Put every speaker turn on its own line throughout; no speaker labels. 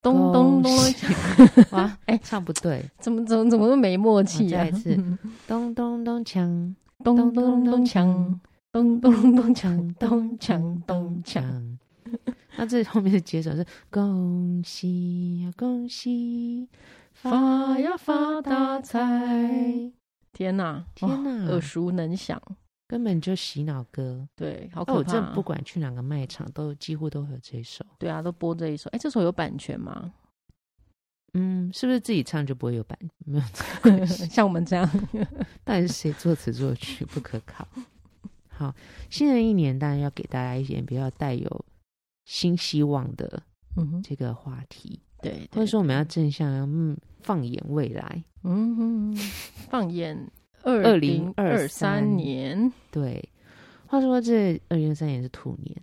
咚咚咚，
哇，
哎
唱不对，
怎么怎么怎么都没默
我
契
再
啊
来一！次，咚咚咚锵，
咚咚咚锵，咚咚咚锵，咚锵咚锵。
锵。 那这后面的接手是恭喜呀、恭喜，
发呀发大财！天哪，
天哪
哦耳熟能详，
根本就洗脑歌。
对，好
哦，
可
我
怕
真的
啊。
不管去哪个卖场，都几乎都会有这一首。
对啊，都播这一首。哎，这首有版权吗？
嗯，是不是自己唱就不会有版？没有这个关 系，
像我们这样，
到底是谁作词作曲不可考。 好，新的一年当然要给大家一点比较带有新希望的
嗯哼，
这个话题，
对，对
或者说我们要正向，要嗯放眼未来。
嗯，嗯嗯放 眼二零二
2023
三年
对，话说这二零二三年是兔年，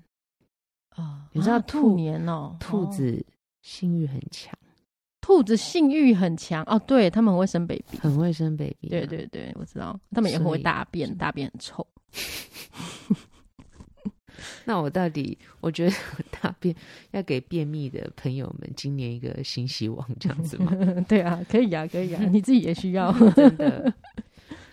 啊
你知道
啊
哦兔
兔年哦，
兔
哦
子性欲很强，
兔子性欲很强哦，对他们很会生 baby，
很会生 baby、
对，对对，我知道，他们也很
啊所
会
以
大便，大便很臭。
那我到底我觉得大便要给便秘的朋友们今年一个新希望，这样子吗？
对啊，可以啊，可以啊，你自己也需 要，
真的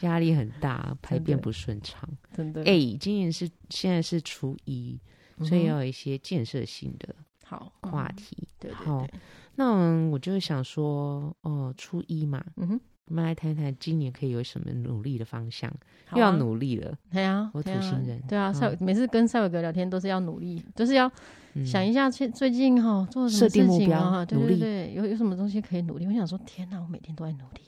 压力很大，排便
真的
不顺畅。
真的。嗯
哎、今年是现在是初一，所以要有一些建设性的
好
话
嗯
题。
对对
好
对，
那嗯我就想说，哦，初一嘛，
嗯哼，
我们来谈谈今年可以有什么努力的方向，
好
又要
啊，
努力了。
对啊，
我
对
土
啊
星人
对啊，赛伟每次跟赛伟哥聊天都是要努力，就是要
嗯、
想一下最最近哈做了什
设
么
定
事
目
情
标
啊，对
努
对
力
对，有有什么东西可以努力？我想说，天哪，我每天都在努力，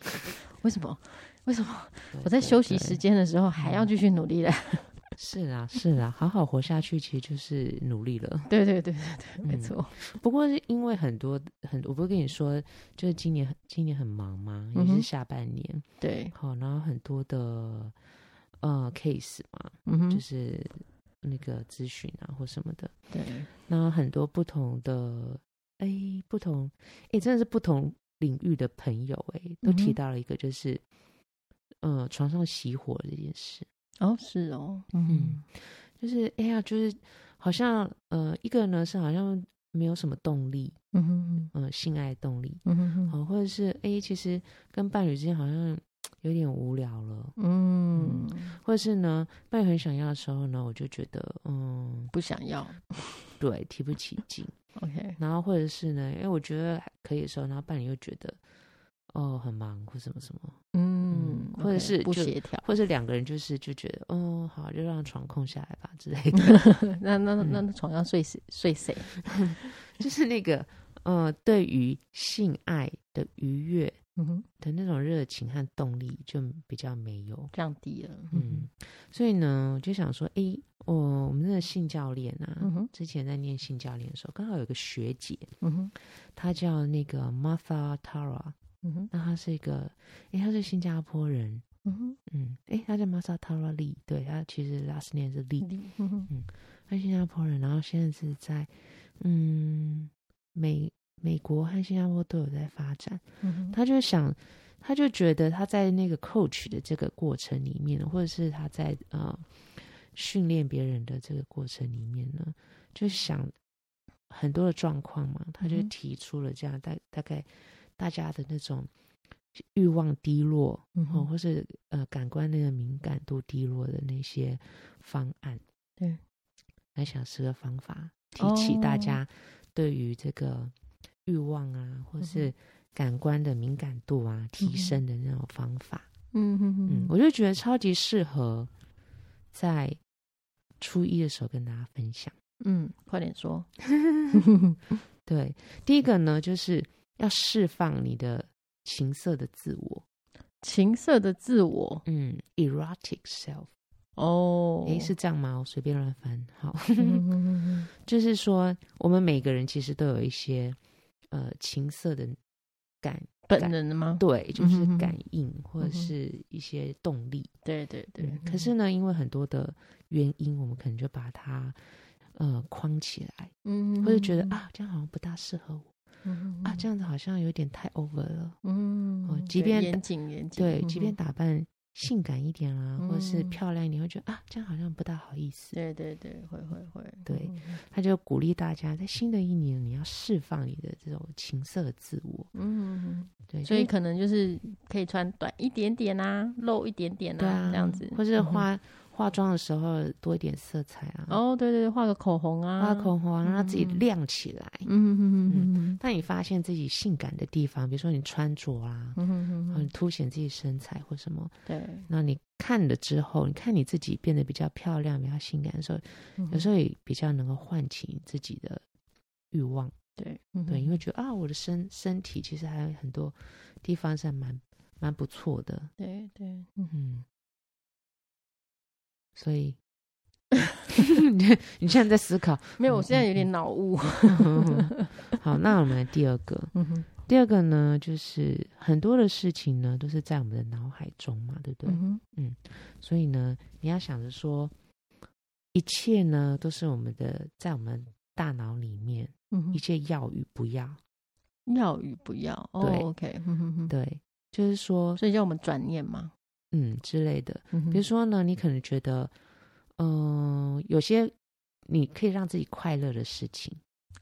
为什么？为什么
对
我在
对
休息
对嗯
时间的时候还要继续努力嘞？
是啊，是啊，好好活下去其实就是努力了。
对对对对对，没
嗯
错。
不过是因为很多很，我不是跟你说，就是今年很今年很忙嘛，也
嗯
是
哼
下半年，
对，
好，然后很多的呃 case 嘛，
嗯
就
哼，
是那个咨询啊或什么的，
对，
然后很多不同的哎不同哎真的是不同领域的朋友哎都
嗯
提
哼
到了一个就是、呃床上熄火这件事，
哦，是哦，
嗯，就是哎呀就是好像呃一个呢是好像没有什么动力，
嗯哼，
嗯、性爱动力，
嗯哼哼，
哦或者是哎其实跟伴侣之间好像有点无聊了。
嗯，
或者是呢，伴侣很想要的时候呢，我就觉得，嗯，
不想要
对，提不起劲。
，OK，
然后或者是呢，因为我觉得还可以的时候，然后伴侣又觉得，哦，很忙或什么什么，
嗯，
或者
OK，
是
不
就，
协调
或者是两个人就是就觉得，哦，好，就让床空下来吧之类的，
那那那那床上睡谁睡谁？
就是那个，呃，对于性爱的愉悦
嗯哼，
的那种热情和动力就比较没有。
降低了，
嗯，所以呢，我就想说，诶，我、我们的性教练啊，
嗯哼，
之前在念性教练的时候，刚好有个学姐，
嗯哼，
她叫那个 Martha Tara，
嗯哼，
那她是一个，诶，她是新加坡人，
嗯哼，
嗯，诶，她叫 Martha Tara Lee，对，她其实 last name 是 Lee，
力，嗯哼，
她是新加坡人，然后现在是在嗯美美国和新加坡都有在发展，
嗯哼，
她就想。她就觉得她在那个 coach 的这个过程里面，或者是她在呃训练别人的这个过程里面呢，就想很多的状况嘛，他就
嗯哼
提出了这样大大概大家的那种欲望低落，
嗯
哦，
哼，
或是呃感官那个敏感度低落的那些方案，
对，
来想十个方法，提起大
哦
家对于这个欲望啊，或
嗯哼
是感官的敏感度啊提
嗯
升的那种方法。
嗯哼
嗯，
哼，
我就觉得超级适合在初一的时候跟大家分享。
嗯，快点说，
对，第一个呢，就是要释放你的情色的自我，
情色的自我
嗯，erotic self，
哦，嗯
诶，是这样吗？我随便乱翻。好，
嗯哼哼哼哼，
就是说，我们每个人其实都有一些呃情色的 感，
本人吗？
对，就是
嗯哼
感应或者
嗯哼
是一些动力。
对对对
嗯，可是呢，因为很多的原因，我们可能就把它呃框起来，
嗯，
或者觉得啊，这样好像不大适合我
嗯
啊，这样子好像有点太 over 了。
嗯
哦
嗯
即
对
便
严谨严谨，
对，
嗯
即便
哼
打扮性感一点啦，或者是
嗯
漂亮一点，会觉得啊，这样好像不大好意思。
对对对，会会会，
对
嗯，
他就鼓励大家，在新的一年，你要释放你的这种情色的自我。
嗯，嗯
对，
所以
就是
可能就是可以穿短一点点啊，露一点点
对啊，
这样子，
或是
嗯哼
化化妆的时候多一点色彩啊，
哦，对对对，画个口红啊，
画口红啊，让自己
嗯
亮起来。
嗯哼哼
当你发现自己性感的地方，比如说你穿着啊，
哼哼哼哼
很
哼，
凸显自己身材或什么，
对，
那你看了之后，你看你自己变得比较漂亮、比较性感的时候，有时
候
候也比较能够唤起你自己的欲望。
对嗯
对，
哼
因为觉得啊，我的身身体其实还有很多地方是还蛮蛮不错的，
对对，嗯
嗯，所以你现在在思考，
没有，
嗯
我现在有点脑雾，
好，那我们来第二个，
嗯哼
第二个呢，就是很多的事情呢都是在我们的脑海中嘛，对不对？
嗯哼
所以呢，你要想着说，一切呢都是我们的在我们大脑里面，
嗯哼
一切要与不要，
要与不要，哦
对
，OK，嗯哼哼
对，就是说，
所以叫我们转念嘛，
嗯之类的。
嗯哼
比如说呢，你可能觉得，嗯、有些你可以让自己快乐的事情，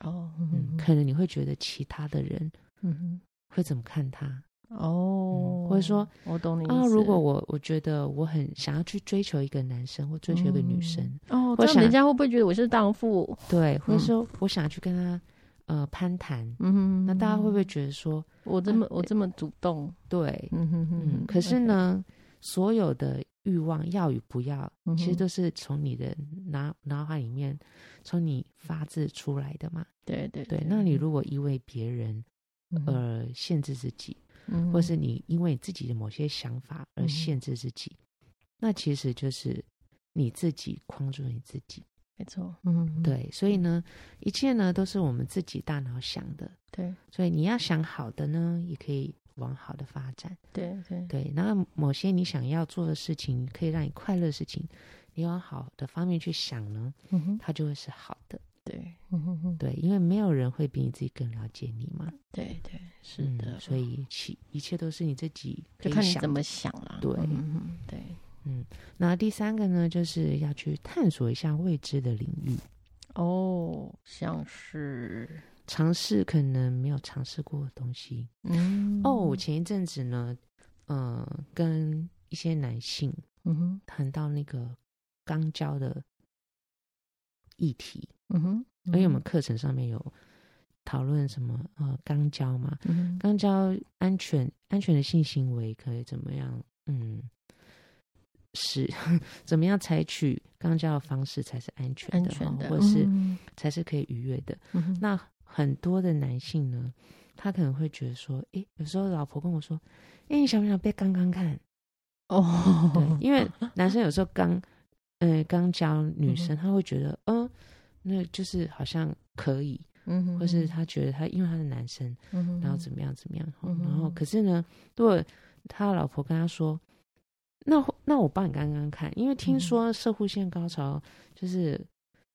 哦，
嗯，
嗯哼
可能你会觉得其他的人
嗯
会怎么看他
哼，哦，
或者说
我懂你意
啊？
思
如果我我觉得我很想要去追求一个男生或追求一个女生，
嗯哦，
我
这样
想
人家会不会觉得我是荡妇？
对，或者
嗯
说我想要去跟他呃攀谈，
嗯哼，
那大家会不会觉得说
我这么
啊
我这么主动？
对，
嗯哼哼
嗯
哼，？
可是呢，所有的欲望要与不要，
嗯哼，
其实都是从你的脑脑海里面，从你发自出来的嘛。
对对
对，那你如果因为别人而限制自己，
嗯
或是你因为自己的某些想法
嗯
而
哼
限制自己，那其实就是你自己框住你自己。
没错，嗯，
对，所以呢，一切呢都是我们自己大脑想的，
对
所以你要想好的呢，也可以往好的发展。
对对，
对，然后某些你想要做的事情，可以让你快乐的事情，你往好的方面去想呢，
嗯哼，
它就会是好的。
对，嗯哼哼，
对，因为没有人会比你自己更了解你嘛。
对对，是的，
嗯、所以一切一切都是你自己可
就
以
看你
想
怎。么想啦。
对
嗯哼，对，
那第三个呢，就是要去探索一下未知的领域，
哦，像是，
尝试可能没有尝试过的东西。
嗯，
哦，我，前一阵子呢，嗯、跟一些男性
嗯哼，
谈到那个肛交的议题，
嗯哼，
因哎为我们课程上面有讨论什么呃肛交嘛，
嗯哼，
肛交安全安全的性行为可以怎么样？嗯，是 怎么样采取肛交的方式才是安全
安
的，哦
全的，
或是
嗯
才是可以愉悦的？
哼，嗯哼
那很多的男性呢，他可能会觉得说，诶，有时候老婆跟我说，诶，你想不想被刚 刚看？对
哦，，
因为男生有时候刚，呃，刚教女
嗯
生，他会觉得，嗯，那就是好像可以，
嗯哼，
或是他觉得他因为他是男生，
嗯哼，
然后怎么样怎么样，
嗯
然后
嗯
可是呢，如果他老婆跟他说，那那我帮你刚刚看，因为听
嗯
说射护腺高潮就是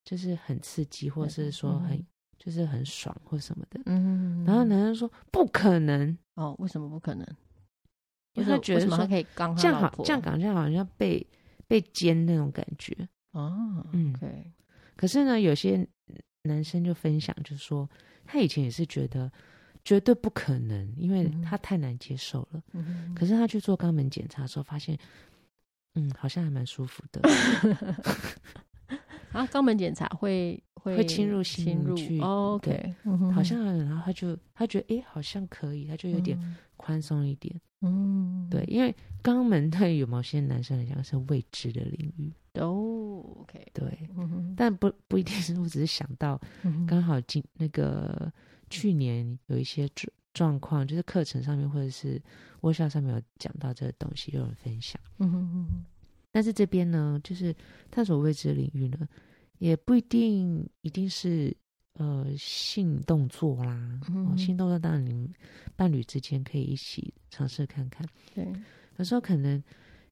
就是很刺激，或
对
是说很
嗯
就是很爽或什么的，
嗯哼，嗯哼
然后？男生说不可能，
哦，为什么不可能？
因
为
为
什
他觉
为
得
什么他
说
可以刚他
这样
老
好
婆
这样感觉好像被被奸那种感觉，
哦，
嗯
OK，
可是呢，有些男生就分享，就说他以前也是觉得绝对不可能，因为
嗯
他太难接受了。
嗯哼
可是他去做肛门检查的时候，发现，嗯，好像还蛮舒服的。
啊，肛门检查会会
会侵入心
侵
灵
入
去
哦
对
，OK，嗯哼
好像，然后他就他觉得，诶，好像可以，他就有点
嗯
宽松一点。
嗯，
对，因为肛门对于某些男生来讲是未知的领域，
哦，OK，
对，
嗯哼
但不不一定是，我只是想到
嗯哼
刚好今那个去年有一些状状况，就是课程上面或者是 w o r s h o p 上面有讲到这个东西，有人分享。
嗯哼嗯哼
但是这边呢，就是探索未知的领域呢，也不一定一定是呃性动作啦，哦，
嗯
性动作当然你们伴侣之间可以一起尝试看看。
对，
有时候可能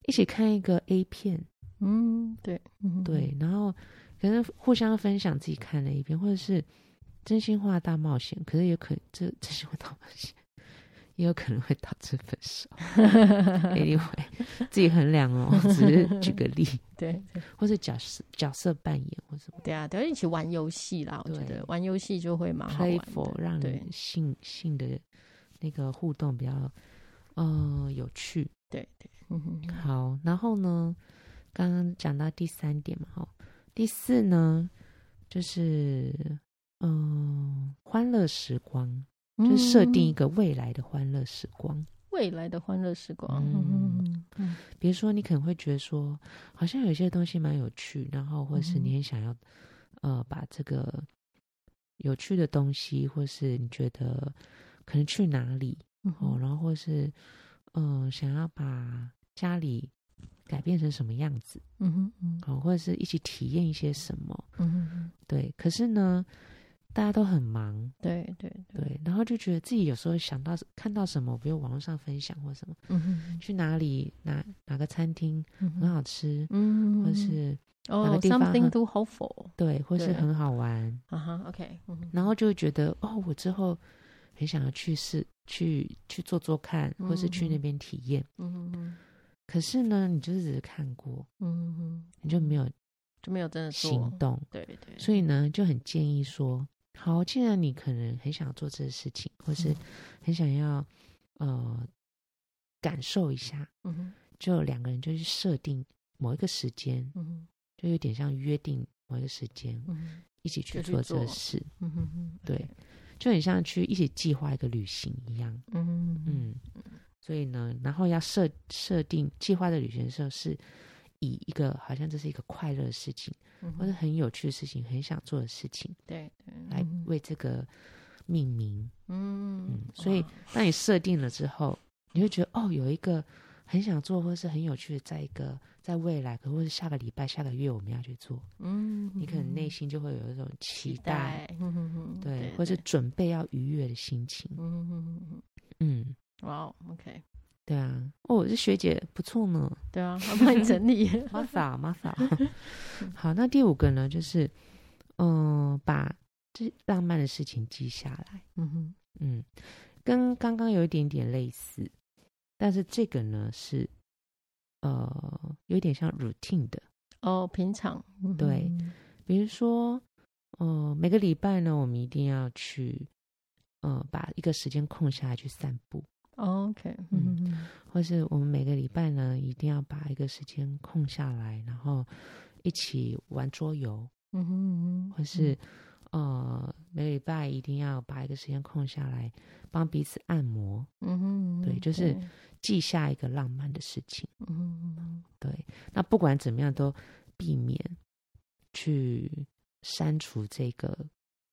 一起看一个 A 片，
嗯，对，嗯，
对，然后可能互相分享自己看的一遍，或者是真心话大冒险，可是也可这真心话大冒险也有可能会导致 分手。anyway，自己衡量哦，只是举个例，
对，
或是角色角色扮演或什么
对啊，对啊，一起玩游戏啦，我觉
对
得玩游戏就会蛮好玩
playful，
的，
让
对
你性性的那个互动比较嗯有趣。
对对，嗯哼哼，
好，然后呢，刚刚讲到第三点嘛，哈，第四呢，就是嗯，欢乐时光，就是设定一
嗯
个未来的欢乐时光。
未来的欢乐时光，嗯
嗯
哼哼嗯
比如说，你可能会觉得说，好像有些东西蛮有趣，然后或者是
嗯
你很想要，呃，把这个有趣的东西，或是你觉得可能去哪里
嗯
哦，
哼，
然后或是嗯、呃想要把家里改变成什么样子。
嗯哼嗯
哦，或者是一起体验一些什么，
嗯哼哼，
对。可是呢，大家都很忙，
对对对，
对，然后就觉得自己有时候想到看到什么，比如网络上分享或什么，
嗯哼
去哪里哪哪个餐厅
嗯
很
哼，
好吃，
嗯哼，
或是哪
哦
个地方
，something
很
to hopeful，
对，或是
对
很好玩，
啊哈，OK，嗯哼
然后就会觉得哦，我之后很想要去试去去做做看，或是去那
嗯
边体验。
嗯哼哼
可是呢，你就是只是看过，
嗯哼哼，
你就没有
就没有真的
行
做，
动。
对对，
所以呢，就很建议说，好，既然你可能很想做这个事情，或是
嗯
很想要呃感受一下，
嗯哼
就两个人就去设定某一个时间，
嗯哼
就有点像约定某一个时间，
嗯哼
一起去
就去
做这个
做
事，
嗯哼哼，
对
OK，
就很像去一起计划一个旅行一样。
嗯哼哼
嗯，所以呢，然后要设设定计划的旅行的时候，是以一个好像这是一个快乐的事情，
嗯
或
哼
者很有趣的事情，很想做的事情。
对对，
来
嗯哼
为这个命名。
嗯
嗯，所以
哇
当你设定了之后，你会觉得哦，有一个很想做或是很有趣的，在一个在未来，可或是下个礼拜、下个月我们要去做，
嗯，
你可能内
心
心就会有一种期
期
待，，
嗯哼哼
对，
对，
或是
对
准备要愉悦的心情。
嗯哼哼哼哼
嗯，
哇哦，OK，
对啊，哦，这学姐不错呢，
对 啊，我帮你整理，
玛莎，玛莎。好，那第五个呢，就是嗯、把这浪漫的事情记下来。
嗯哼，
嗯，跟刚刚有一点点类似，但是这个呢是呃有点像 routine 的，
哦，平常，嗯哼
对，比如说，呃，每个礼拜呢，我们一定要去，呃，把一个时间空下来去散步，
哦，OK，
嗯
嗯哼哼，
或是我们每个礼拜呢，一定要把一个时间空下来，然后一起玩桌游，
嗯哼哼哼，
或是呃每个礼拜一定要把一个时间空下来，帮彼此按摩，
嗯哼，
对
嗯
就是
对
记下一个浪漫的事情。
嗯哼哼
对，那不管怎么样都避免去删除这个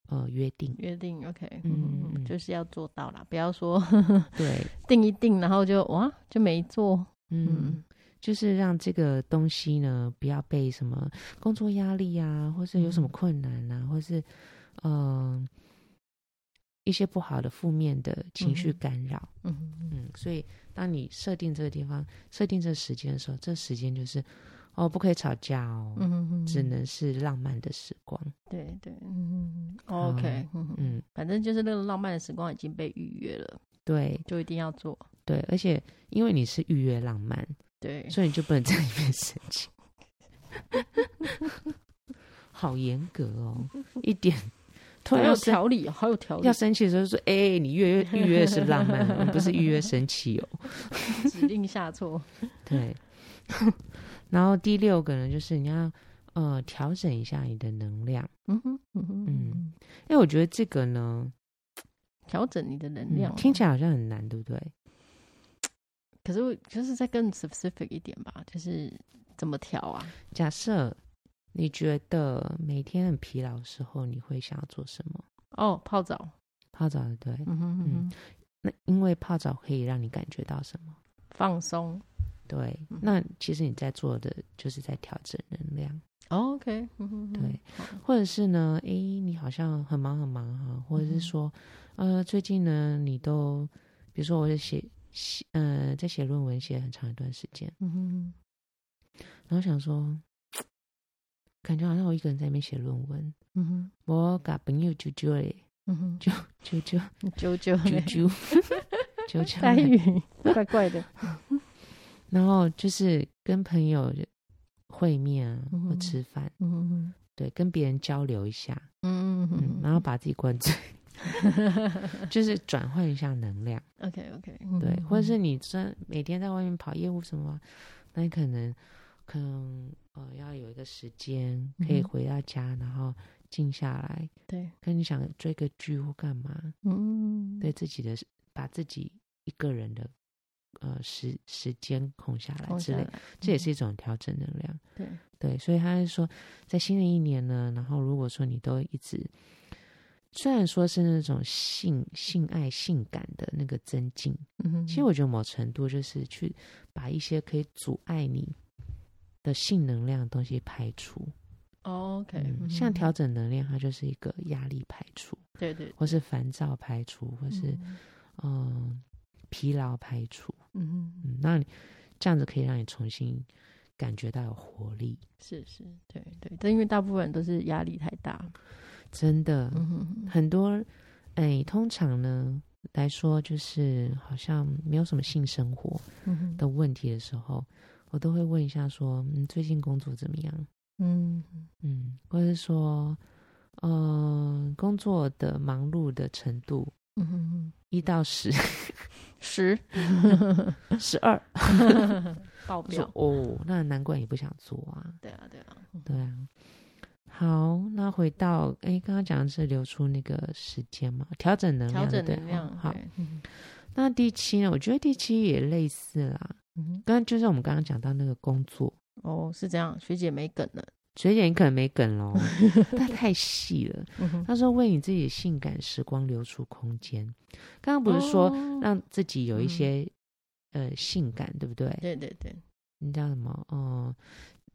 呃约定。
约定，OK，
嗯
嗯
嗯
哼
嗯
哼，就是要做到啦，不要说
对，
定一定，然后就哇就没做，
嗯，
嗯
就是让这个东西呢不要被什么工作压力啊，或是有什么
嗯
困难啊，或是嗯、呃一些不好的负面的情绪
嗯哼
干扰。
嗯哼哼，
嗯，所以当你设定这个地方、设定这个时间的时候，这时间就是哦不可以吵架哦，
嗯哼哼，
只能是浪漫的时光。
对对，嗯哼
好
哼，OK，嗯哼，
嗯，
反正就是那个浪漫的时光已经被预约了，
对，
就一定要做，
对，而且因为你是预约浪漫，
对，
所以你就不能在里面生气， 好严格哦，一点。突然
好
要
有
生
条理哦，好有条理
要，生气的时候就说：“哎、你预约预约是浪漫，我们不是预约生气 哦。
指令下错。”
对。然后第六个呢，就是你要呃调整一下你的能量，
嗯哼，嗯哼，
嗯
嗯哼，
因为我觉得这个呢，
调整你的能量、啊
嗯、听起来好像很难，对不对？
可是我就是再更 specific 一点吧，就是怎么调啊？
假设你觉得每天很疲劳的时候，你会想要做什么？
哦，泡澡，
泡澡，对不对？
嗯哼嗯
嗯
哼，
那因为泡澡可以让你感觉到什么？
放松，
对，
嗯
那其实你在做的就是在调整能量。
哦，OK，嗯哼哼
对，
好嗯
或者是呢，诶，你好像很忙很忙啊，或者是说，呃，最近呢，你都，比如说我在写写，呃，在写论文写很长一段时间，
嗯哼哼，
然后想说，感觉好像我一个人在那边写论文，
嗯哼，
我跟朋友啾啾嘞，
嗯哼，
啾 啾
九九
啾
嘞，
啾啾啾
台
嘞，
语怪怪的，
然后就是跟朋友会面啊，或吃饭，
嗯哼哼，
对，跟别人交流一下，
嗯哼
嗯，
哼
然后把自 己灌醉，就是转换一下能量。
，OK OK，
对，
嗯
或者是你真每天在外面跑业务什么啊，那你可能可能呃要有一个时间可以
嗯哼
回到家，然后静下来，
对，
跟你想追个剧或干嘛，
嗯，
对自己的把自己一个人的呃时时间空下来
空
之
下
类，
来，
这也
嗯
是一种调整能量。
对，
对，所以他是说，在新的一年呢，然后如果说你都一直。虽然说是那种性性爱性感的那个增进，
嗯哼，
其实我觉得某程度就是去把一些可以阻碍你的性能量的东西排除。
哦 OK，
嗯，
嗯
像
哼
调整能量，它就是一个压力排除，
对对，
或是烦躁排除，或是嗯、呃疲劳排除。
嗯哼，
嗯，那你这样子可以让你重新感觉到有活力，
是是，对对，但因为大部分人都是压力太大，
真的。
嗯哼，
很多哎，通常呢来说，就是好像没有什么性生活
嗯哼，
的问题的时候，我都会问一下说，嗯，最近工作怎么样？
嗯
嗯，或者是说，嗯、工作的忙碌的程度
嗯哼，
一到十，
十
十二，
爆
我说
表，
哦，那难怪你不想做啊，
对啊对啊，
对啊。好，那回到哎，刚刚讲的是留出那个时间嘛，调整能量
调
的，
整
对哦
能量，
好，好
对，嗯
那第七呢？我觉得第七也类似啦，
哼，
刚刚就是我们刚刚讲到那个工作，
哦，是这样，学姐没梗了，
学姐你可能没 梗喽，但太细了。
嗯哼，
嗯他说为你自己的性感时光留出空间，刚刚不是说
哦嗯
让自己有一些、呃性感，对不对？
对对对，
你叫什么？嗯，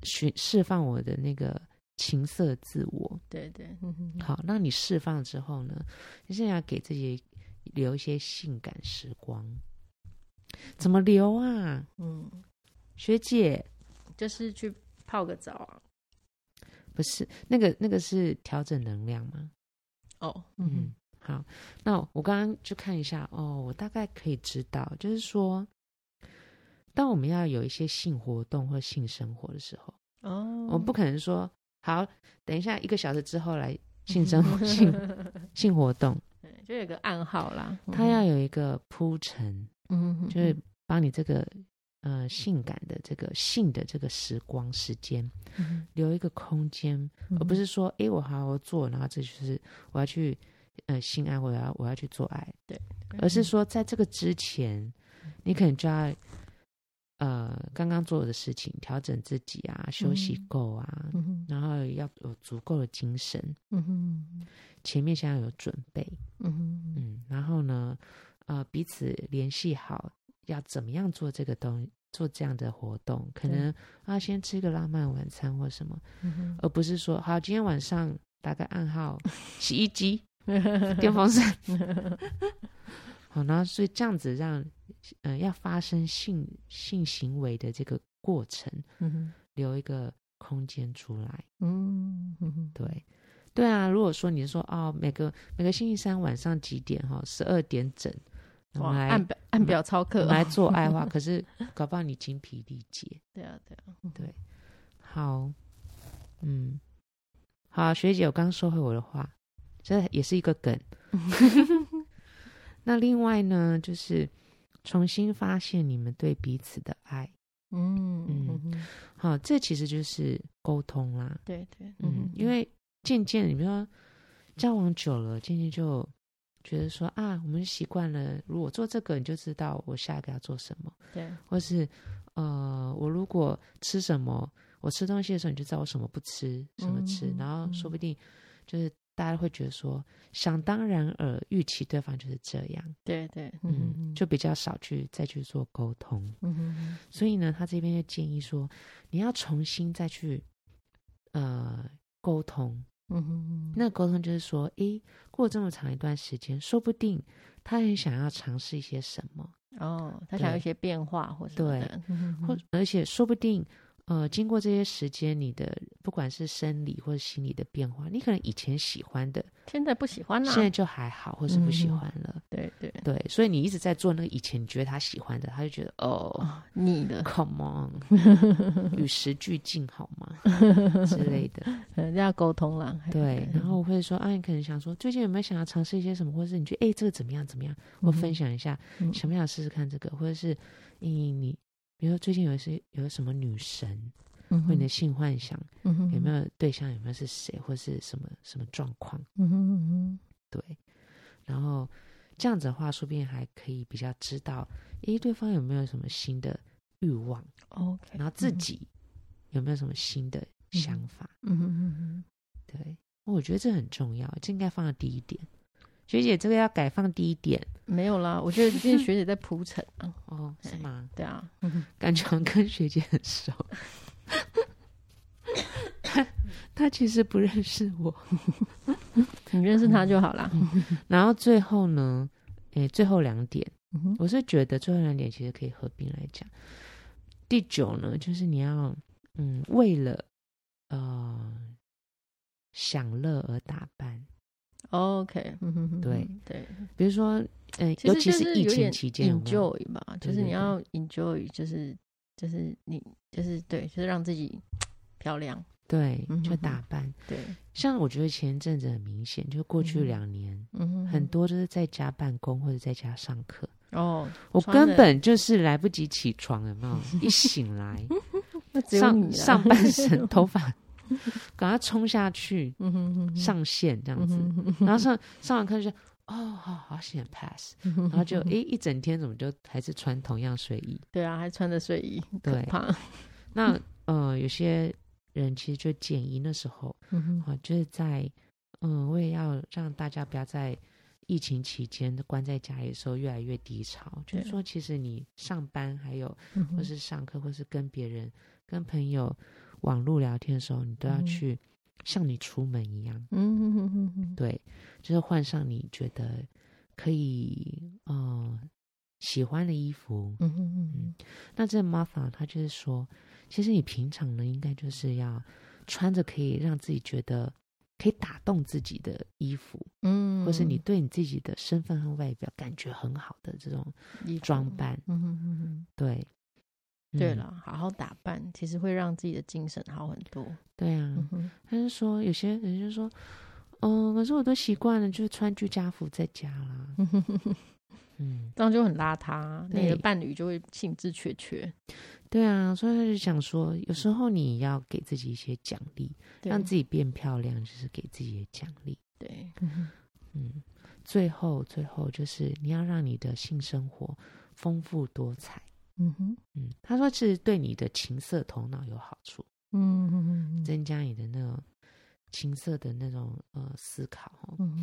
释释放我的那个情色自我。
对对，嗯哼，
好，那你释放之后呢，你是要给自己留一些性感时光，怎么留啊，
嗯，
学姐？
就是去泡个澡啊，
不是那个那个是调整能量吗？
哦，
嗯，好，那我刚刚就看一下哦，我大概可以知道，就是说，当我们要有一些性活动或性生活的时候，
哼，哦，嗯
我们不可能说好，等一下一个小时之后来 性生活、性性活动，
对就有个暗号啦，
它要有一个铺陈，
嗯哼，嗯哼
就是把你这个呃性感的这个性的这个时光时间
嗯
留一个空间，
哼
而不是说，诶，我好好做，然后这就是我要去呃性爱，我要我要去做爱，
对，
而
嗯
是说在这个之前，你可能就要呃刚刚做的事情，调整自己啊，休息
嗯
够啊，
嗯哼，
然后要有足够的精神，
嗯哼，
前面先要有准备，
嗯哼，
嗯，然后呢，呃彼此联系好，要怎么样做这个东做这样的活动，可
对
能啊，先吃个浪漫晚餐或什么，
嗯哼，
而不是说好今天晚上打个 暗号，洗衣机、电风扇， 好，然后所以这样子让嗯、呃要发生性性行为的这个过程
嗯哼，
留一个空间出来，
嗯哼，
对。对啊，如果说你说哦，每个每个星期三晚上几点哈，十、二点整，我
哇，
们来
按表按表操
我
课
们
哦，
来做爱的话，可是搞不好你精疲力竭，
对啊对啊，
对，好，嗯，好，学姐，我刚收回我的话，这也是一个梗。那另外呢，就是重新发现你们对彼此的爱。
嗯
嗯
嗯哼，
好，这其实就是沟通啦。
对对，
嗯，因为渐渐，你比如说交往久了，渐渐就觉得说啊，我们习惯了，如果做这个，你就知道我下一个要做什么。
对，
或是呃，我如果吃什么，我吃东西的时候你就知道我什么不吃，什么吃，
嗯
然后说不定就是大家会觉得说，想当然而预期对方就是这样，
对对，
嗯，
嗯，
就比较少去再去做沟通。
嗯哼，
所以呢，他这边就建议说，你要重新再去呃沟通。
嗯哼，
那沟通就是说，诶，过这么长一段时间，说不定他很想要尝试一些什么，
哦，他想要一些变化或什么的，嗯哼
或而且说不定，呃，经过这些时间，你的不管是生理或者心理的变化，你可能以前喜欢的，
现在不喜欢啦
现，在就还好，或是不喜
嗯
欢了。
对对，
对，所以你一直在做那个以前你觉得他喜欢的，他就觉得哦
哦，腻的，
，come on，与时俱进好吗之类的。
可能要沟通啦，
对，然后我会说啊，你可能想说最近有没有想要尝试一些什么，或者是你觉得哎、这个怎么样怎么样，或分享一下，
嗯
想不想试试看这个，或者是你你比如说最近有些有什么女神，
嗯
或你的
哼
性幻想
嗯哼
有没有对象，有没有是谁，或是什么什么状况，
嗯哼嗯哼
对，然后这样子的话，说不定还可以比较知道，诶，对方有没有什么新的欲望，
哦，OK，
然后自己有没有什么新的想法，
嗯嗯哼嗯哼
对，我觉得这很重要，这应该放到第一点。学姐，这个要改放第一点
没有啦，我觉得今天学姐在铺 陈啊，
哦，是
哎
吗？
对啊，
感觉好像跟学姐很熟。 他其实不认识我。
你认识他就好啦。
嗯然后最后呢，诶，最后两点，
嗯哼
我是觉得最后两点其实可以合并来讲。第九呢，就是你要嗯，为了呃享乐而打扮，
，OK，嗯哼嗯哼
对
对，
比如说，嗯、尤其
就是
疫
有
情
点
期间有没有，
enjoy 吧，
对
就是
对
你
对
要 enjoy，就是就是你就是对，就是让自己漂亮，
对
嗯，
就
哼
打
哼
扮。
对，
像我觉得前一阵子很明显，就过去
嗯
两年，
嗯哼，
很多就是在家办公或者在家上课，
哦，
我
穿得
根本就是来不及起床，有没有？一醒来，
那 只有
上
你啦啊
上 半身头发赶快冲下去
嗯哼嗯哼，
上线这样子，
嗯哼
然后上上完课就哦，好好险 pass，然
嗯
后就诶一整天怎么就还是穿同样睡衣？
对啊，还穿着睡衣，
对，
怕，
那呃有些人其实就建议那时候
嗯哼
啊，就是在嗯，我也要让大家不要在疫情期间关在家里的时候越来越低潮。就
对
是说，其实你上班，还有
嗯
或
哼
是上课，或是跟别人、跟朋友网络聊天的时候，你都要
嗯
去像你出门一样，
嗯哼嗯哼嗯哼
对，就是换上你觉得可以嗯喜欢的衣服。
嗯哼嗯
那这 Martha 她就是说，其实你平常呢，应该就是要穿着可以让自己觉得可以打动自己的衣服，
哼，嗯，
或是你对你自己的身份和外表感觉很好的这种
衣服
装，扮。
嗯哼嗯哼。
对，
对
嗯，
了，好好打扮，其实会让自己的精神好很多。
对
嗯
啊。
哼，
她就说，有些人就说，嗯、可是我都习惯了，就是穿居家服在家啦。
嗯哼哼哼
嗯，
这样就很邋遢，那你的
对
伴侣就会兴致缺缺，
对啊，所以她就想说，有时候你也要给自己一些奖励，
对
让自己变漂亮，就是给自己的奖励。
对，嗯哼
嗯，最后最后就是你要让你的性生活丰富多彩。
嗯哼，
嗯，他说其实对你的情色头脑有好处，
嗯哼嗯哼
增加你的那种情色的那种呃思考哦。
嗯哼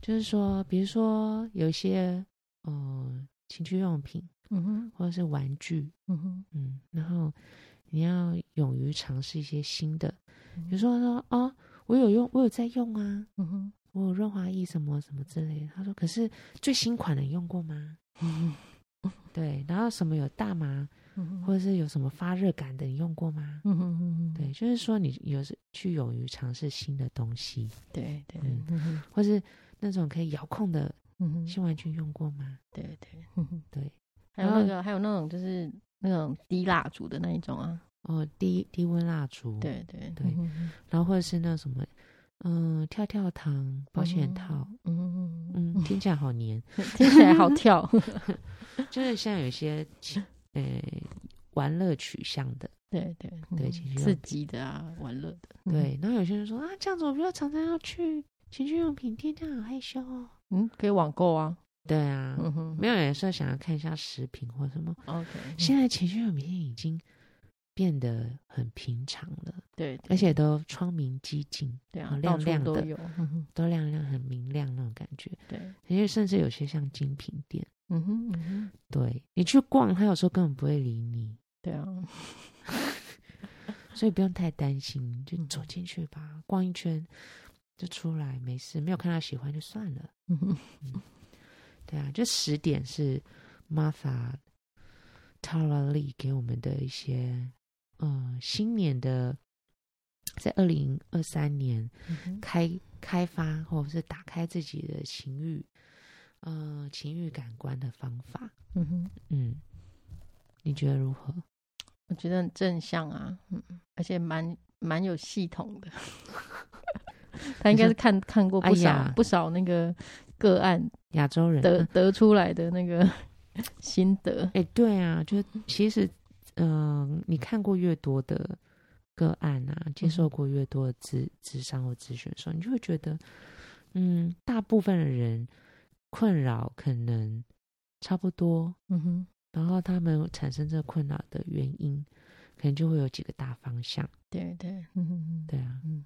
就是说，比如说有一些呃情趣用品
嗯哼
或者是玩具，
嗯哼
嗯，然后你要勇于尝试一些新的，比如
嗯
说说哦，我有用，我有在用啊，
嗯哼
我有润滑液什么什么之类的。他说，可是最新款的你用过吗？对，然后什么有大麻，
嗯
或
哼
者是有什么发热感的，你用过吗？
嗯哼，
对，就是说你有时去勇于尝试新的东西，
对对，
嗯
嗯哼
或是那种可以遥控的
嗯哼，
新玩具用过吗？
对对，嗯哼
对，
还有
然后
那个还有那种就是那种滴蜡烛的那一种啊，
哦，低低温蜡烛，，
对对
对
嗯哼嗯
然后或者是那什么，嗯、跳跳糖、保
哦
险套，
哼嗯
嗯，
嗯，
听起来 好黏，
听起来好跳，
就是像有一些 呃玩乐取向的，
对对
对
嗯
情绪用
刺
品
激的啊，玩乐的，嗯
对，然后有些人说啊，这样子我比较常常要去情趣用品店，这样好害羞哦。
嗯，可以网购啊，
对啊，
嗯哼，
没有人说想要看一下食品或什么。
OK，嗯
现在情趣用品店已经变得很平常了，
对，对
而且都窗明几净，
对啊
好，
到
亮
处
亮
都
的，
有，嗯哼
都亮亮很明亮那种感觉。
对，
而且甚至有些像精品店，
嗯哼嗯哼，啊
对你去逛，他有时候根本不会理你。
对啊，
所以不用太担心，就走进去吧，逛一圈就出来，没事，没有看到喜欢就算了。
嗯哼
对啊，就十点是 Martha Tara Lee 给我们的一些，嗯，新年的，在二零二三年
嗯哼
开开发或者是打开自己的情欲，呃，情欲感官的方法。
嗯哼，
嗯，你觉得如何？
我觉得很正向啊，嗯，而且蛮蛮有系统的。 他应该是看看过不少、
哎呀
不少那个个案
亚洲人
得得出来的那个 心得，
哎、对啊，就其实，嗯、你看过越多的个案啊，接受过越多的咨咨商或咨询的时候，你就会觉得，嗯，大部分的人困扰可能差不多，
嗯哼，
然后他们产生这个困扰的原因，可能就会有几个大方向，
对对，嗯哼
对啊，
嗯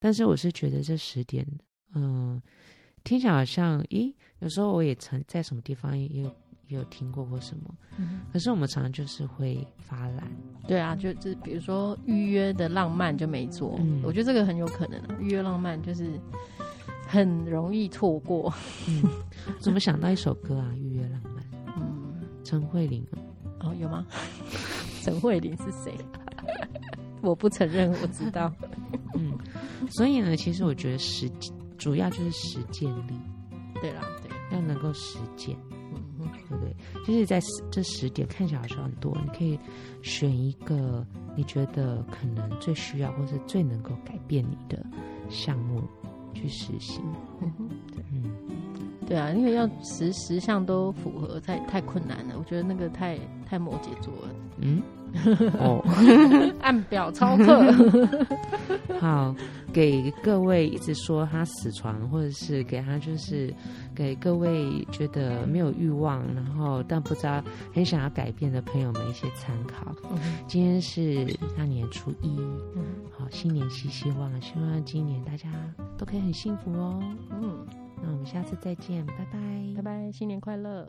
但是我是觉得这十点，嗯、听起来好像，咦，有时候我也曾在什么地方也也有也有听过或什么，
嗯
可是我们常常就是会发懒。
哼，对啊，就就是比如说预约的浪漫就没做，
嗯
我觉得这个很有可能、啊，预约浪漫就是很容易错过，
嗯，怎么想到一首歌啊？预约浪漫，
嗯。
陈慧琳啊。
哦，有吗？ 陈慧琳是谁？ 我不承认，我知道。
嗯，所以呢，其实我觉得实主要就是实践力，
对啦，对，
要能够实践，
嗯哼，
对不对？就是在十这十点看起来好像很多，你可以选一个你觉得可能最需要或是最能够改变你的项目去实行。
嗯哼，对，
嗯，
对啊，因为要十十项都符合，太太困难了。我觉得那个太太摩羯座了，
嗯，哦。
按表操课。
好，给各位一直说他死床，或者是给他就是给各位觉得没有欲望，然后但不知道很想要改变的朋友们一些参考。
嗯
今天是大年初一，
嗯
好，新年新希望，希望今年大家都可以很幸福哦。
嗯，
那我们下次再见，拜拜
拜拜，新年快乐。